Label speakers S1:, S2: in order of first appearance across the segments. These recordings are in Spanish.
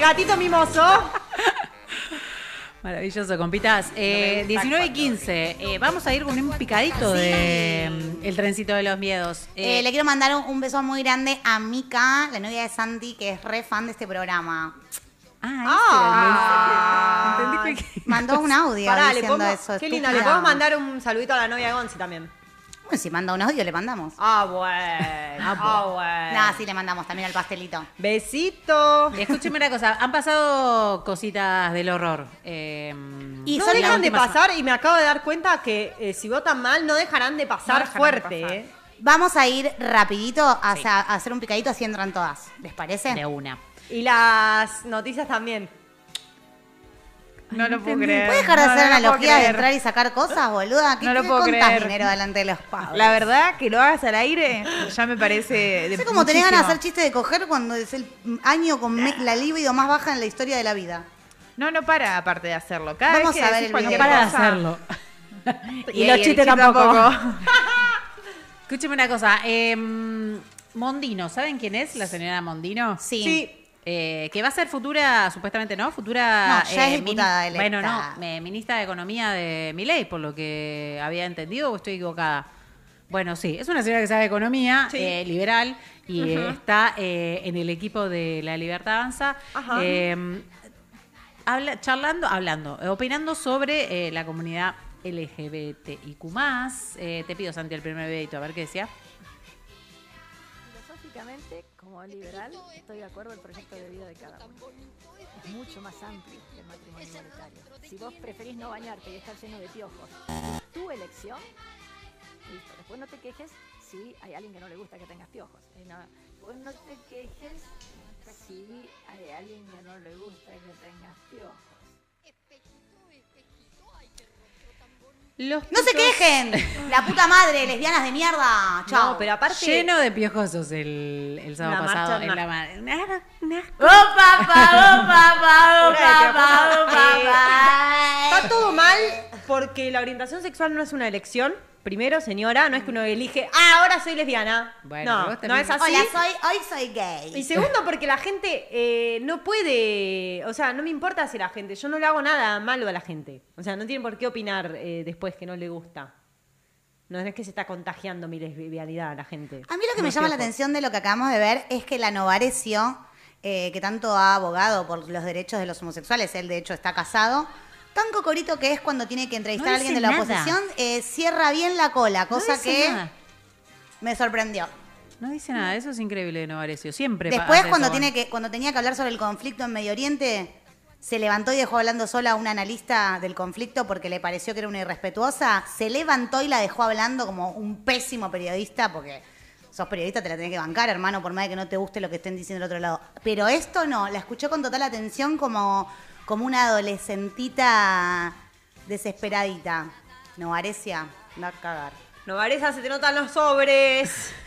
S1: gatito mimoso.
S2: Maravilloso, compitas. Eh,
S1: No me gusta
S2: 19 y
S1: cuando
S2: 15. Eh, vamos a ir con un picadito de mm, El trencito de los miedos. Eh,
S3: Eh, le quiero mandar un, un beso muy grande a Mika, la novia de Santi, que es re fan de este programa.
S2: Ah, ese era el este mensaje. Entendí que-
S3: Mandó un audio
S1: Pará, le
S3: diciendo
S1: podemos,
S3: eso.
S1: Qué linda,
S3: estúpida.
S1: le podemos mandar un saludito a la novia de Gonzi también.
S3: Bueno, si manda un audio, le mandamos.
S1: Ah, bueno. ah, bueno.
S3: Nada, sí, le mandamos también al pastelito.
S1: Besito.
S2: Escúcheme una cosa, han pasado cositas del horror. eh,
S3: Y
S1: no
S3: son
S1: dejan
S3: las
S1: de
S2: últimas-
S1: pasar y me acabo de dar cuenta que eh, si votan mal no dejarán de pasar
S4: No dejarán de
S1: fuerte.
S4: pasar.
S1: ¿eh?
S3: Vamos a ir rapidito a, a- a hacer un picadito así entran todas. ¿Les parece?
S2: de una.
S1: Y las noticias también.
S4: No lo puedo creer.
S3: ¿Puedes dejar de
S4: No,
S3: hacer
S4: no lo puedo
S3: analogía de
S4: creer.
S3: entrar y sacar cosas, boluda? ¿Qué,
S4: No lo
S3: qué
S4: puedo
S3: contás
S4: creer.
S3: dinero delante de los pavos?
S4: La verdad que lo hagas al aire ya me parece.
S3: No
S4: de
S3: sé cómo tenés ganas de hacer
S4: muchísimo.
S3: chistes de coger cuando es el año con me- la libido más baja en la historia de la vida.
S4: No, no para aparte de hacerlo. Cada
S3: Vamos
S4: vez que
S3: a ver
S4: decís
S3: el
S4: cualquier
S2: No
S3: video.
S2: para de
S4: cosa-
S2: hacerlo.
S4: Y, y el chiste tampoco.
S2: Escúcheme una cosa, eh, Mondino, ¿saben quién es la señora Mondino?
S3: Sí.
S1: Sí.
S2: Eh, que va a ser futura, supuestamente no, futura
S3: No, ya es
S2: mini-
S3: diputada electa.
S2: Bueno, no, eh, ministra de Economía de Miley, por lo que había entendido, o estoy equivocada. Bueno, sí, es una señora que sabe de economía,
S1: Sí.
S2: eh, liberal, y eh, está eh, en el equipo de La Libertad Avanza.
S1: Ajá.
S2: Eh, habla, charlando, hablando, eh, opinando sobre eh, la comunidad LGBTIQ. Eh, te pido, Santi, el primer videito, a ver qué decía.
S5: Filosóficamente, como liberal, estoy de acuerdo al proyecto de vida de cada uno. Es mucho más amplio que el matrimonio igualitario. Si vos preferís no bañarte y estar lleno de piojos, es tu elección, listo. Después no te quejes si hay alguien que no le gusta que tengas piojos. Y no- vos no te quejes si hay alguien que no le gusta que tengas piojos.
S2: Los
S3: ¡No se
S2: chicos-
S3: quejen! ¡La puta madre! ¡Lesbianas de mierda! ¡Chao!
S1: No, pero aparte.
S2: Lleno de piojosos el, el sábado
S1: La
S2: pasado
S1: marcha
S2: en la
S1: na-
S2: mar. Nada, nada.
S3: Oh,
S1: Está todo mal porque la orientación sexual no es una elección. Primero, señora, no es que uno elige, ah, ahora soy lesbiana.
S2: Bueno,
S1: no,
S2: vos
S1: no
S2: también.
S1: es así.
S3: Hola, soy, hoy soy
S1: Y
S3: gay.
S1: segundo, porque la gente eh, no puede, o sea, no me importa si la gente, yo no le hago nada malo a la gente. O sea, no tiene por qué opinar eh, después que no le gusta. No es que se está contagiando mi lesbianidad a la gente.
S3: A mí lo que me
S1: No,
S3: llama la
S1: ojo.
S3: atención de lo que acabamos de ver es que la Novarecio, eh, que tanto ha abogado por los derechos de los homosexuales, él de hecho está casado, tan cocorito que es cuando tiene que entrevistar
S2: No
S3: a alguien de
S2: dice
S3: la
S2: nada.
S3: oposición, eh, cierra bien la cola,
S2: no
S3: cosa
S2: dice
S3: que
S2: Nada.
S3: me sorprendió.
S2: No dice nada, eso es increíble de Novarecio. Siempre pa-
S3: Después,
S2: hace
S3: cuando,
S2: eso, ¿eh?
S3: tiene
S2: bueno.
S3: que, cuando tenía que hablar sobre el conflicto en Medio Oriente, se levantó y dejó hablando sola a una analista del conflicto porque le pareció que era una irrespetuosa. Se levantó y la dejó hablando como un pésimo periodista porque sos periodista, te la tenés que bancar, hermano, por más de que no te guste lo que estén diciendo del otro lado. Pero esto no, la escuché con total atención como, como una adolescentita desesperadita. No, Arecia, va a cagar.
S1: Novareza, se te notan los sobres.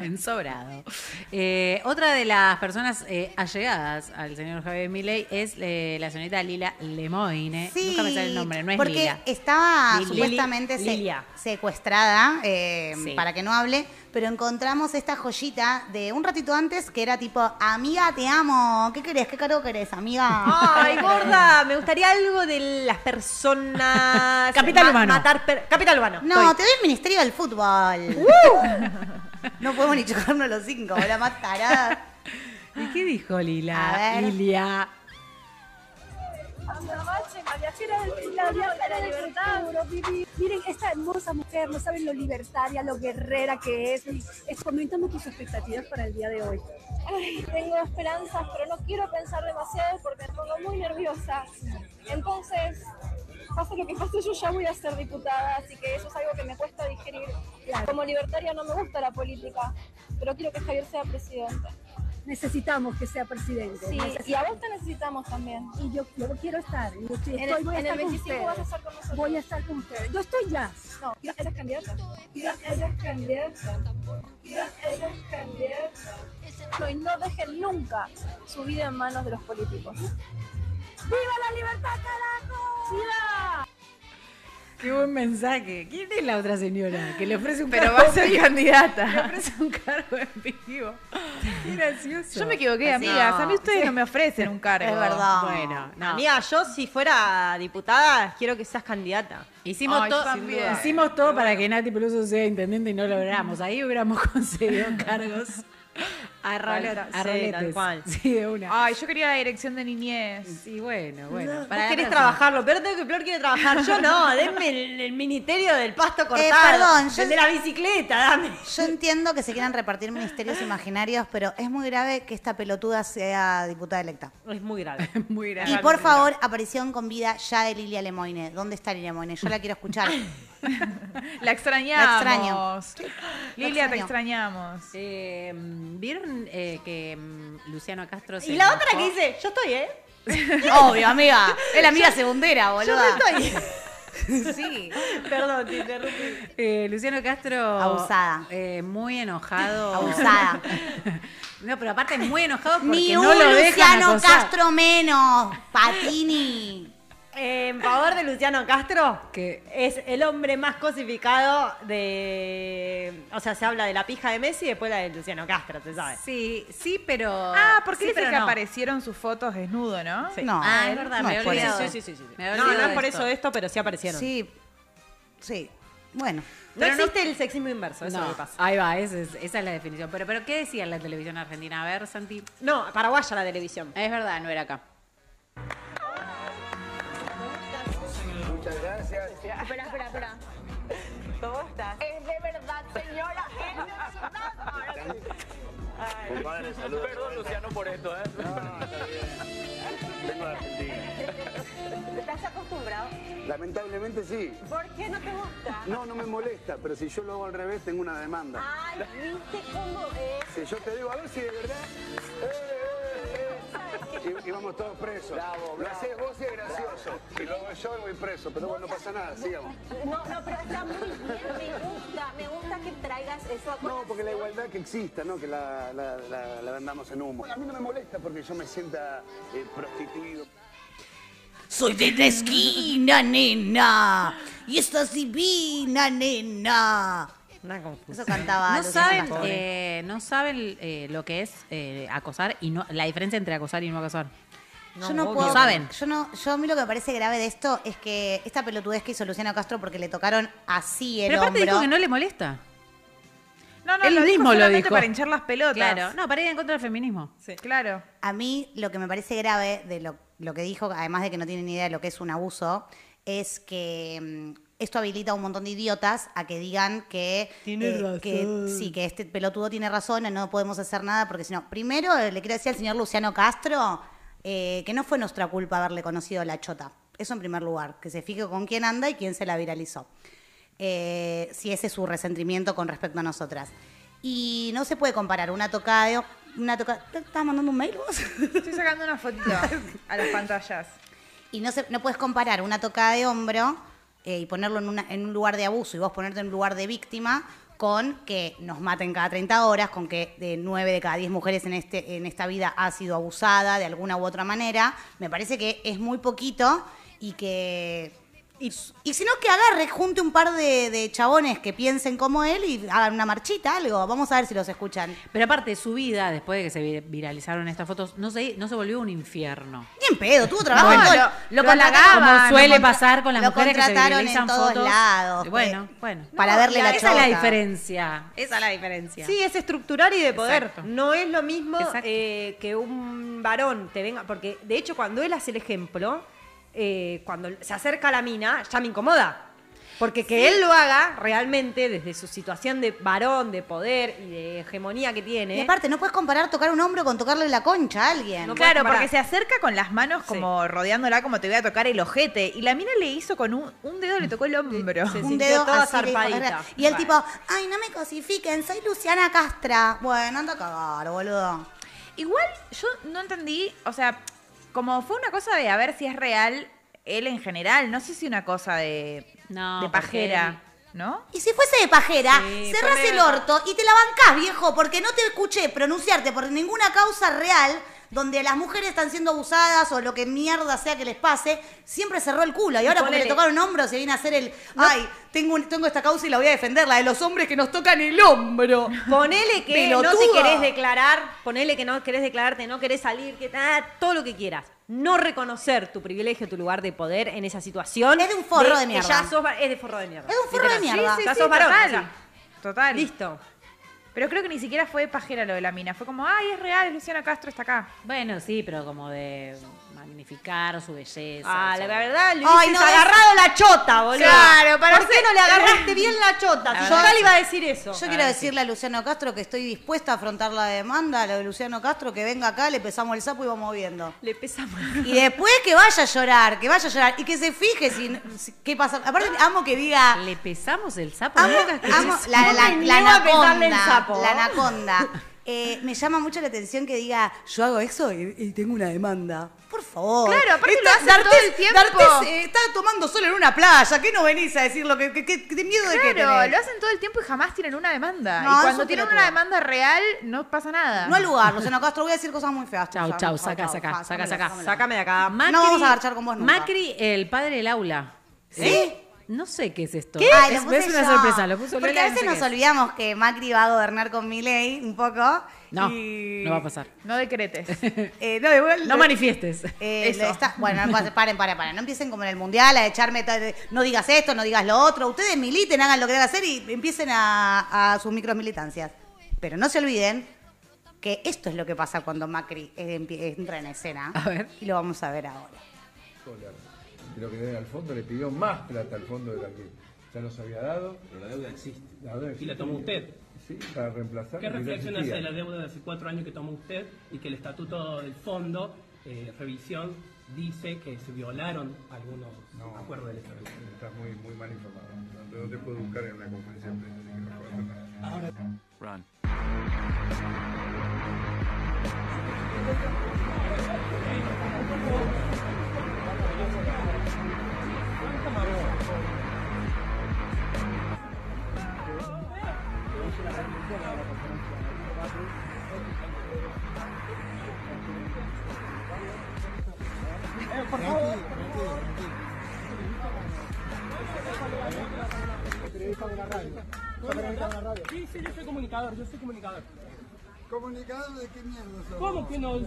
S2: En sobrado. Eh, otra de las personas eh, allegadas al señor Javier Milei es eh, la señorita Lila Lemoine. Nunca me sale el nombre, no es
S3: porque
S2: Lila.
S3: estaba
S2: Lili.
S3: supuestamente se-
S1: Lilia.
S3: secuestrada, eh,
S2: Sí.
S3: para que no hable, pero encontramos esta joyita de un ratito antes que era tipo, amiga, te amo, ¿qué querés? ¿Qué cargo querés, amiga?
S2: Ah,
S1: Ay, gorda, me gustaría algo de las personas.
S2: Capital humano.
S1: Matar per- Capital humano.
S3: No,
S1: estoy.
S3: te doy el Ministerio del Fútbol.
S2: ¡Uh!
S3: no podemos ni chocarnos los cinco, la más tarada.
S2: ¿Y qué dijo Lila?
S3: A ver.
S2: Lilia.
S6: Miren esta hermosa mujer, no saben lo libertaria, lo guerrera que es. es coméntame tus expectativas para el día de hoy.
S7: Tengo esperanzas, pero no quiero pensar demasiado porque me pongo muy nerviosa. Entonces, pase lo que pase, yo ya voy a ser diputada, así que eso es algo que me cuesta digerir. Como libertaria no me gusta la política, pero quiero que Javier sea presidente.
S6: Necesitamos que sea presidente.
S7: Sí, y a
S6: necesitamos.
S7: vos te necesitamos también.
S6: Y yo, yo quiero estar. Yo estoy,
S7: En
S6: estoy-
S7: el,
S6: voy a
S7: en el
S6: estar con
S7: 25 vas a
S6: ustedes.
S7: estar con nosotros.
S6: Voy a estar con ustedes. Yo estoy ya.
S7: No, eres candidata. Eres candidata. Eres candidata. No, y no dejen nunca su vida en manos de los políticos. ¡Viva la libertad, carajo! ¡Viva!
S2: Qué buen mensaje. ¿Quién es la otra señora que le ofrece un
S4: Pero
S2: cargo?
S4: va a ser
S2: en vivo? Le
S4: candidata.
S2: ofrece un cargo en vivo. Qué gracioso.
S4: Yo me equivoqué, amigas. A mí ustedes no me ofrecen un cargo.
S3: Es verdad.
S2: Bueno, no.
S1: Amiga, yo si fuera diputada, quiero que seas candidata.
S2: Hicimos,
S4: Ay,
S2: todo-
S4: sin duda.
S2: hicimos todo para que Nati Peluso sea intendente y no logramos. Ahí hubiéramos conseguido cargos a, role-
S1: Tal-
S2: a
S1: sí,
S2: roletes.
S1: tal cual.
S2: Sí, de una.
S4: Ay, yo quería la dirección de niñez.
S2: Y bueno, bueno.
S1: Vos
S2: la
S1: querés
S2: próxima.
S1: trabajar, lo peor tengo que Flor quiere trabajar. Yo no, denme el, el ministerio del pasto cortado.
S3: Eh, perdón, yo-
S1: El de la bicicleta, dame.
S3: Yo entiendo que se quieran repartir ministerios imaginarios, pero es muy grave que esta pelotuda sea diputada electa.
S1: Es muy grave.
S2: Muy grave.
S3: Y por favor, aparición con vida ya de Lilia Lemoine. ¿Dónde está Lilia Lemoine? Yo la quiero escuchar.
S4: La extrañamos.
S3: La extraño.
S4: Lilia,
S3: La
S4: te
S3: extraño.
S4: extrañamos.
S2: Eh, ¿Vieron eh, que mm, Luciano Castro se
S1: Y la otra
S2: enojó?
S1: que dice, yo estoy, ¿eh?
S3: Obvio, amiga. Es la amiga segundera,
S1: Yo
S3: boluda.
S1: no estoy. sí. Perdón, te interrumpí.
S2: Eh, Luciano Castro.
S3: Abusada.
S2: eh, muy enojado.
S3: Abusada.
S2: no, pero aparte muy enojado porque
S3: Ni
S2: no
S3: un
S2: lo dejan
S3: Luciano
S2: acosar.
S3: Castro menos. Patini.
S1: Eh, en favor de Luciano Castro,
S2: ¿Qué?
S1: es el hombre más cosificado de. O sea, se habla de la pija de Messi y después la de Luciano Castro, ¿te sabes?
S2: Sí, sí, pero.
S4: Ah, porque
S2: sí,
S4: dice
S2: pero
S4: que
S2: no.
S4: aparecieron sus fotos desnudo, ¿no?
S3: No.
S2: Ah, es verdad,
S3: no
S2: me
S3: es
S2: he
S3: por
S2: olvidado.
S3: eso.
S2: de- me he
S1: No, no
S2: olvidado
S1: es
S2: de
S1: por
S2: esto.
S1: eso de esto, pero sí aparecieron.
S3: Sí. Sí. Bueno.
S1: No
S2: Pero no-
S1: existe el sexismo inverso, eso es
S2: No,
S1: lo que pasa.
S2: ahí va, esa es, esa es la definición. Pero, pero, ¿qué decía la televisión argentina? A ver, Santi.
S1: No, paraguaya la televisión.
S2: Es verdad, no era acá.
S5: Espera, espera, espera. ¿Cómo estás? Es de verdad, señora. Es de verdad. Ahora sí.
S8: Perdón, Luciano, por esto, ¿eh? Vengo de Argentina.
S5: ¿Estás acostumbrado?
S8: Lamentablemente sí.
S5: ¿Por qué no te gusta? Ah.
S8: No, no me molesta, pero si yo lo hago al revés, tengo una demanda.
S5: Ay, viste cómo es.
S8: Si yo te digo, a ver si de verdad. eh, eh, eh, Y, y vamos todos presos. lo haces vos y es gracioso. Y lo hago yo y voy preso. Pero bueno, no pasa nada, sigamos.
S5: No, no, pero está muy bien, me gusta, me gusta que traigas eso a
S8: No, porque la igualdad que exista, ¿no? Que la, la, la- la vendamos en humo. A mí no me molesta porque yo me sienta eh, prostituido.
S3: Soy de la esquina, nena. Y estás divina, nena.
S1: Una
S3: Eso
S1: confusión.
S3: cantaba.
S2: No
S3: Luciano
S2: saben,
S3: Castro.
S2: eh, no saben eh, lo que es eh, acosar y no, la diferencia entre acosar y no acosar.
S3: yo no
S1: obvio.
S3: puedo.
S2: No saben.
S3: Yo no, yo a mí lo que me parece grave de esto es que esta pelotudez que hizo Luciano Castro porque le tocaron así el
S2: Pero aparte
S3: hombro.
S2: dijo que no le molesta.
S4: No, no,
S2: Él
S4: lo dijo
S2: mismo lo
S4: solamente
S2: dijo.
S4: para hinchar las pelotas.
S2: Claro, no, para ir en contra del feminismo.
S4: Sí. Claro.
S3: A mí lo que me parece grave de lo, lo que dijo, además de que no tiene ni idea de lo que es un abuso, es que mm, esto habilita a un montón de idiotas a que digan que, eh, que sí, que este pelotudo tiene razón y no podemos hacer nada, porque si no, primero eh, le quiero decir al señor Luciano Castro eh, que no fue nuestra culpa haberle conocido la chota. Eso en primer lugar, que se fije con quién anda y quién se la viralizó. Eh, si ese es su resentimiento con respecto a nosotras. Y no se puede comparar una tocada de... o- Una toca... ¿Te estás mandando un mail vos?
S4: Estoy sacando una fotito a las pantallas.
S3: Y no, se- no puedes comparar una tocada de hombro eh, y ponerlo en, una- en un lugar de abuso y vos ponerte en un lugar de víctima con que nos maten cada 30 horas, con que de 9 de cada 10 mujeres en, este, en esta vida ha sido abusada de alguna u otra manera. Me parece que es muy poquito y que... Y, y si no, que agarre, junte un par de, de chabones que piensen como él y hagan una marchita, algo. Vamos a ver si los escuchan.
S2: Pero aparte, su vida, después de que se vi- viralizaron estas fotos, no se, no se volvió un infierno.
S3: Ni en pedo, tuvo trabajo
S4: No,
S3: en todo.
S4: lo- lo
S3: contrataron-
S4: halagaban,
S2: Como suele
S3: lo contra-
S2: pasar con las
S3: lo
S2: mujeres que se
S3: contrataron
S2: viralizan
S3: en todos
S2: fotos.
S3: lados.
S2: Y bueno,
S3: eh,
S2: bueno.
S3: Para
S2: No,
S3: verle
S2: y
S3: la
S2: Esa es la
S3: chota.
S2: diferencia. Esa es la diferencia.
S1: Sí, es estructural y de poder.
S2: Exacto.
S1: No es lo mismo
S2: Exacto.
S1: eh, que un varón te venga. Porque, de hecho, cuando él hace el ejemplo, eh, cuando se acerca a la mina, ya me incomoda. Porque que él lo haga realmente desde su situación de varón, de poder y de hegemonía que tiene.
S3: Y aparte, no puedes comparar tocar un hombro con tocarle la concha a alguien.
S1: No
S4: Claro,
S1: Pará.
S4: porque se acerca con las manos como rodeándola, como te voy a tocar el ojete. Y la mina le hizo con un, un dedo, le tocó el hombro.
S1: Sí, sí.
S3: un
S1: sintió
S3: dedo
S1: toda
S3: así de-
S1: zarpadita.
S3: Y el
S1: Vale.
S3: tipo, ay, no me cosifiquen, soy Luciana Castra. Bueno, anda a cagar, boludo.
S4: Igual yo no entendí, o sea, como fue una cosa de a ver si es real él en general, no sé si una cosa de,
S2: No,
S4: de pajera, ¿no?
S3: Y si fuese de pajera,
S1: Sí,
S3: cerrás
S1: fue
S3: el
S1: medio-
S3: orto y te la bancás, viejo, porque no te escuché pronunciarte por ninguna causa real donde las mujeres están siendo abusadas o lo que mierda sea que les pase, siempre cerró el culo. Y ahora porque le
S1: Ponele.
S3: tocaron hombro se viene a hacer el, ay, tengo, un- tengo esta causa y la voy a defender, la de los hombres que nos tocan el hombro.
S1: Ponele que no te
S3: Pelotuda.
S1: querés declarar, ponele que no querés declararte, no querés salir, que ah, todo lo que quieras. No reconocer tu privilegio, tu lugar de poder en esa situación.
S3: Es de un forro de
S1: que
S3: mierda.
S1: ya sos va- es de forro de mierda.
S3: Es de un forro de
S1: Literal.
S3: mierda.
S1: Ya sos varón.
S4: total.
S1: o sea,
S4: Total.
S1: listo.
S4: Pero creo que ni siquiera fue pajera lo de la mina. Fue como, ay, es real, es Luciana Castro está acá.
S2: Bueno, sí, pero como de magnificar su belleza.
S1: Ah,
S2: o sea,
S1: la verdad, le
S3: Ay,
S1: hubieses
S3: no, es-
S1: agarrado la chota, boludo.
S4: Claro, para
S1: ¿Por qué
S4: ser-
S1: no le agarraste bien la chota?
S3: La
S1: Si
S3: verdad-
S1: yo le iba a decir eso.
S3: Yo quiero decirle a Luciano Castro que estoy dispuesta a afrontar la demanda, lo de Luciano Castro, que venga acá, le pesamos el sapo y vamos viendo.
S1: Le pesamos.
S3: Y después que vaya a llorar, que vaya a llorar y que se fije si, si- qué pasa. Aparte, amo que diga.
S2: ¿Le pesamos el sapo?
S3: Amo,
S4: ¿Eh?
S2: Nunca escuché
S3: amo-
S2: eso.
S3: la, la-
S1: No me
S3: la
S1: niego a pesarle
S3: anaconda.
S1: el sapo.
S3: La anaconda. Eh, me llama mucho la atención que diga, yo hago eso y, y tengo una demanda. Por favor.
S4: Claro, aparte
S3: Esta-
S4: lo hace todo el tiempo.
S3: D'Artes, eh, está tomando solo en una playa. ¿Qué no venís a decir lo que, que, que- que miedo de que
S4: Claro, lo hacen todo el tiempo y jamás tienen una demanda.
S3: No,
S4: y
S3: eso
S4: cuando tienen
S3: pelotuda.
S4: una demanda real, no pasa nada.
S3: No al lugar, Luciano Castro, voy a decir cosas muy feas.
S2: Chau,
S3: Chau,
S2: chau,
S3: chau,
S2: saca,
S3: chau,
S2: saca, saca,
S3: chau, sácamela,
S2: saca.
S3: sácamela.
S1: Sácame de acá.
S2: Macri-
S3: No vamos a agarchar con vos nunca.
S2: Macri, el padre del aula. Eh,
S3: ¿Sí?
S2: No sé qué es esto.
S3: Ay, lo
S2: es,
S3: puse
S2: es una
S3: yo.
S2: sorpresa, lo puso
S3: Porque
S2: Lola,
S3: a
S2: no
S3: veces
S2: sé
S3: nos
S2: qué es.
S3: olvidamos que Macri va a gobernar con Milei un poco.
S2: No,
S3: y-
S2: no va a pasar.
S4: No decretes.
S3: Eh, no, igual-
S2: No manifiestes.
S3: Eh,
S4: Eso.
S3: lo está- bueno, no pasa- paren, paren, paren. No empiecen como en el mundial a echarme. ta- de- No digas esto, no digas lo otro. Ustedes militen, hagan lo que deben hacer y empiecen a, a sus micromilitancias. Pero no se olviden que esto es lo que pasa cuando Macri eh, empie- entra en escena.
S2: A ver.
S3: Y lo vamos a ver ahora.
S8: dólares. De lo que debe al fondo, le pidió más plata al fondo de la que ya nos había dado.
S9: Pero la deuda existe.
S8: La deuda
S9: Y la
S8: existía.
S9: tomó usted.
S8: Sí, para reemplazar.
S9: ¿Qué
S8: lo que ya
S9: reflexión hace
S8: existía.
S9: de la deuda de hace cuatro años que tomó usted y que el estatuto del fondo, eh, revisión, dice que se violaron algunos
S8: No.
S9: acuerdos del estatuto?
S8: Estás muy, muy mal informado. No, no te puedo buscar en una conferencia de prensa. así que no puedo hacer nada.
S9: Sí, sí, yo soy comunicador, yo soy comunicador. ¿Comunicador de qué mierda? ¿Cómo que no?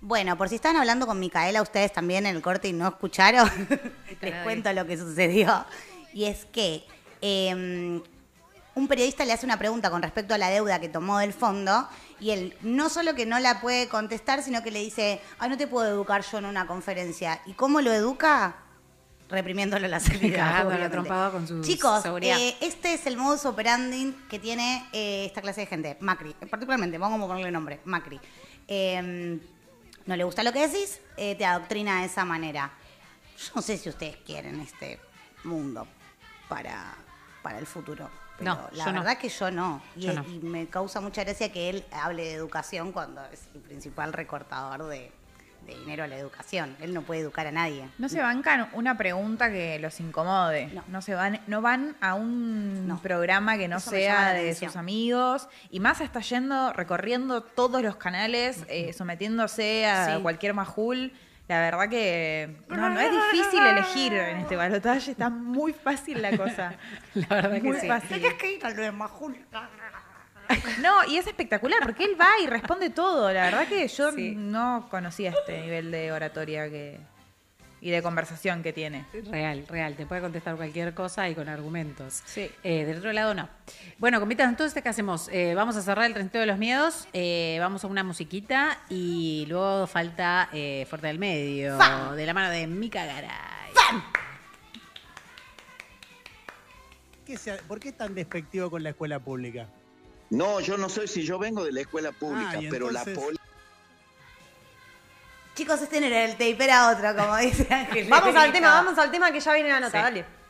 S3: Bueno, por si estaban hablando con Micaela ustedes también en el corte y no escucharon, les cuento lo que sucedió. Y es que eh, un periodista le hace una pregunta con respecto a la deuda que tomó del fondo y él no solo que no la puede contestar, sino que le dice, ay, no te puedo educar yo en una conferencia. ¿Y cómo lo educa? Reprimiéndolo la salida.
S2: Cagándolo a
S3: obviamente.
S2: trompado con su
S3: Chicos,
S2: seguridad.
S3: eh, este es el modus operandi que tiene eh, esta clase de gente. Macri, eh, particularmente, vamos a ponerle nombre, Macri. Eh, no le gusta lo que decís, eh, te adoctrina de esa manera. Yo no sé si ustedes quieren este mundo para, para el futuro. Pero
S2: No,
S3: la
S2: yo no.
S3: verdad que yo no. Y,
S2: Yo
S3: es-
S2: no.
S3: y me causa mucha gracia que él hable de educación cuando es el principal recortador de, de dinero a la educación. Él no puede educar a nadie.
S4: No se bancan una pregunta que los incomode.
S3: No.
S4: No, se van, no van a un
S3: No.
S4: programa que no
S3: Eso me llama la
S4: sea de
S3: atención.
S4: sus amigos. Y más está yendo, recorriendo todos los canales, eh, sometiéndose a
S3: Sí.
S4: cualquier majul. La verdad que no, no es difícil elegir en este balotaje, está muy fácil la cosa.
S2: La verdad que
S4: Muy
S2: sí.
S4: fácil.
S3: que ir a lo de Majul.
S4: No, y es espectacular porque él va y responde todo. La verdad que yo no conocía este nivel de oratoria que y de conversación que tiene.
S2: Real, real. Te puede contestar cualquier cosa y con argumentos.
S4: Sí.
S2: Eh, del otro lado, no. Bueno, comitas, entonces, ¿qué hacemos? Eh, vamos a cerrar el Trenteo de los Miedos, eh, vamos a una musiquita y luego falta eh, Fuerte del Medio, de la mano de Mika Garay.
S10: ¿Qué se- ¿Por qué tan despectivo con la escuela pública?
S11: No, yo no soy si yo vengo de la escuela pública,
S10: Ah, y
S11: pero la
S10: entonces-
S11: poli...
S3: Chicos, este no era el tape, era otro, como dice Ángel.
S1: Vamos al tema, vamos al tema que ya viene la nota,
S2: Sí.
S1: dale.